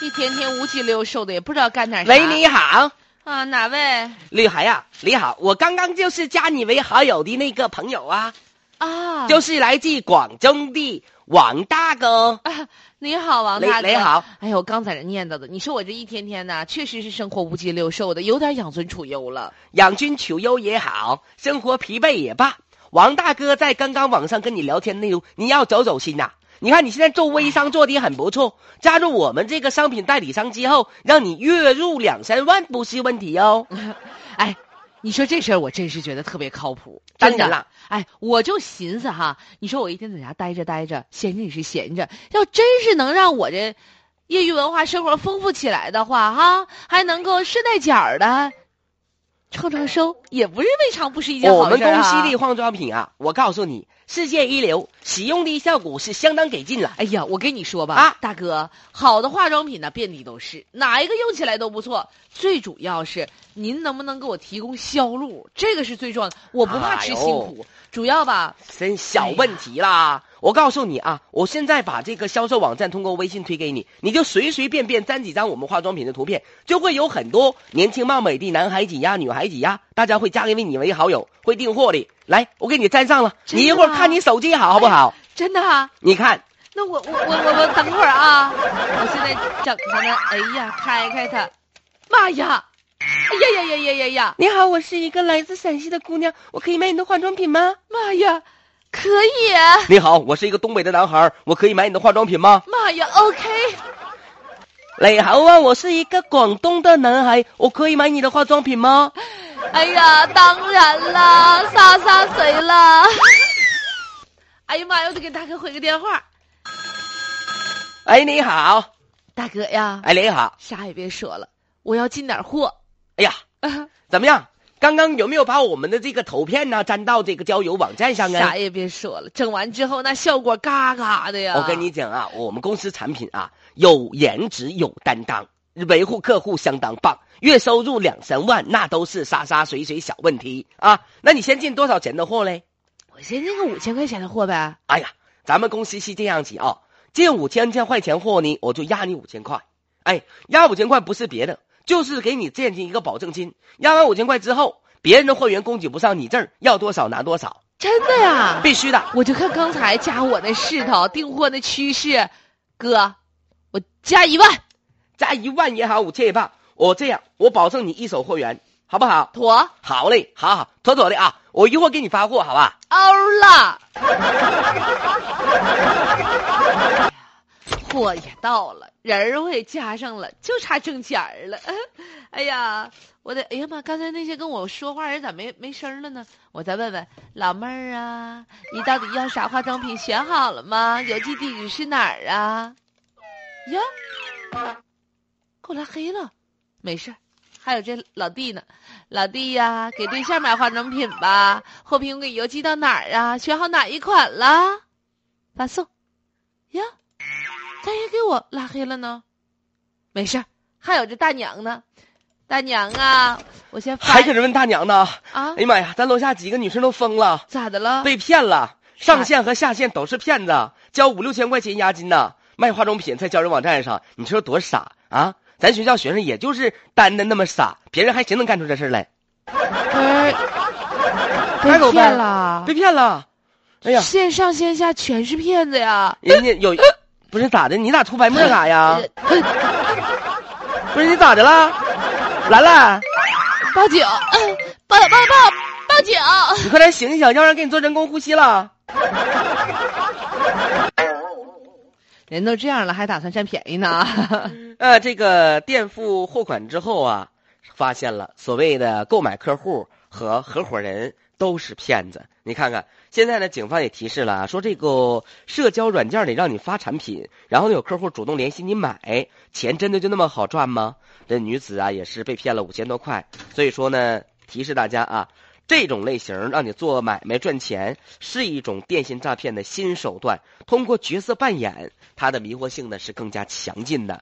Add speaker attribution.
Speaker 1: 一天天乌七六瘦的，也不知道干点啥。
Speaker 2: 喂，你好，
Speaker 1: 啊，哪位？
Speaker 2: 李海呀、你好，我刚刚就是加你为好友的那个朋友啊，
Speaker 1: 啊，
Speaker 2: 就是来自广州的王大哥。
Speaker 1: 啊你好，王大哥。
Speaker 2: 雷雷好。
Speaker 1: 哎呦，我刚在这念叨的，你说我这一天天呐，确实是生活乌鸡六瘦的，有点养尊处优了。
Speaker 2: 养尊处优也好，生活疲惫也罢，王大哥在刚刚网上跟你聊天内容，你要走走心呐、你看你现在做微商做的很不错，加入我们这个商品代理商之后，让你月入两三万不是问题哦。
Speaker 1: 哎，你说这事儿我真是觉得特别靠谱，
Speaker 2: 当
Speaker 1: 真的
Speaker 2: 然了。
Speaker 1: 哎，我就寻思哈，你说我一天在家待着待着，闲着也是闲着，要真是能让我这业余文化生活丰富起来的话，哈，还能够顺带脚儿的创创收，也不是未尝不是一件
Speaker 2: 哎哦我
Speaker 1: 好
Speaker 2: 们
Speaker 1: 事儿
Speaker 2: 公司
Speaker 1: 啊
Speaker 2: 的。化妆品啊，我告诉你，世界一流，使用的效果是相当给劲了。
Speaker 1: 哎呀，我跟你说吧，
Speaker 2: 啊
Speaker 1: 大哥，好的化妆品呢，遍地都是，哪一个用起来都不错。最主要是您能不能给我提供销路，这个是最重要的。我不怕吃辛苦，主要吧，
Speaker 2: 真小问题啦！我告诉你啊，我现在把这个销售网站通过微信推给你，你就随随便便粘几张我们化妆品的图片，就会有很多年轻貌美的男孩子呀、女孩子呀，大家会加因为你为好友，会订货的。来，我给你粘上了，
Speaker 1: 真的
Speaker 2: 你一会儿
Speaker 1: 吗
Speaker 2: 看你手机好不好？
Speaker 1: 真的啊。
Speaker 2: 你看，
Speaker 1: 那我我我我我等会儿啊，我现在整它呢。哎呀，开开它，妈呀！哎呀呀呀呀呀呀！
Speaker 2: 你好，我是一个来自陕西的姑娘，我可以买你的化妆品吗？
Speaker 1: 妈呀，可以！啊
Speaker 2: 你好，我是一个东北的男孩，我可以买你的化妆品吗？
Speaker 1: 妈呀，OK，
Speaker 2: 你好啊，我是一个广东的男孩，我可以买你的化妆品吗？
Speaker 1: 哎呀，当然啦，洒洒水啦！哎呀妈呀，我得给大哥回个电话。
Speaker 2: 哎，你好，
Speaker 1: 大哥呀，
Speaker 2: 哎，你好，
Speaker 1: 啥也别说了，我要进点货。
Speaker 2: 哎呀。怎么样？刚刚有没有把我们的这个图片呢、粘到这个交友网站上啊
Speaker 1: 啥？也别说了，整完之后那效果嘎嘎的呀！
Speaker 2: 我跟你讲啊，我们公司产品啊有颜值有担当，维护客户相当棒，月收入两三万那都是沙沙水水小问题啊。那你先进多少钱的货嘞？
Speaker 1: 我先进个五千块钱的货呗。
Speaker 2: 哎呀，咱们公司是这样子啊，进五千块钱货呢，我就压你五千块。哎，压五千块不是别的，就是给你建进一个保证金。压完五千块之后，别人的货源供给不上你这儿，要多少拿多少，
Speaker 1: 真的呀？
Speaker 2: 必须的。
Speaker 1: 我就看刚才加我那势头，订货那趋势，哥，我加一万，
Speaker 2: 加一万也好，五千也罢，我这样，我保证你一手货源，好不好？
Speaker 1: 妥
Speaker 2: 好嘞，好好，妥妥的啊！我一会儿给你发货，好吧？
Speaker 1: 欧了。货也到了，人儿我也加上了，就差挣钱儿了。哎呀，我得，哎呀妈！刚才那些跟我说话人咋没没声儿了呢？我再问问老妹儿啊，你到底要啥化妆品？选好了吗？邮寄地址是哪儿啊？呀，给我拉黑了，没事儿。还有这老弟呢，老弟呀、给对象买化妆品吧，货品给邮寄到哪儿啊？选好哪一款了？发送。呀，咋也给我拉黑了呢？没事儿，还有这大娘呢，大娘啊，我先发
Speaker 2: 还搁这问大娘呢？
Speaker 1: 啊
Speaker 2: 哎，呀妈呀，咱楼下几个女生都疯了，
Speaker 1: 咋的了？
Speaker 2: 被骗了，上线和下线都是骗子，交五六千块钱押金呢，卖化妆品在交友网站上，你说多傻啊？咱学校学生也就是单的那么傻，别人还谁能干出这事儿来？
Speaker 1: 不是
Speaker 2: 开口
Speaker 1: 被
Speaker 2: 呗
Speaker 1: 骗了
Speaker 2: 被，骗了！哎 呀，
Speaker 1: 线上线下全是骗子呀！
Speaker 2: 人家有不是咋的？你咋吐白沫干啥呀？
Speaker 1: 呃
Speaker 2: 不是你咋的啦？兰兰，
Speaker 1: 报警！呃报报报报警！
Speaker 2: 你快点醒醒，要不然给你做人工呼吸了。
Speaker 1: 人都这样了，还打算占便宜呢？
Speaker 2: 呃，这个垫付货款之后啊，发现了所谓的购买客户和合伙人都是骗子。你看看，现在呢，警方也提示了啊，说这个社交软件里让你发产品，然后呢有客户主动联系你买，钱真的就那么好赚吗？这女子啊也是被骗了五千多块，所以说呢，提示大家啊。这种类型让你做买卖赚钱，是一种电信诈骗的新手段。通过角色扮演，它的迷惑性呢是更加强劲的。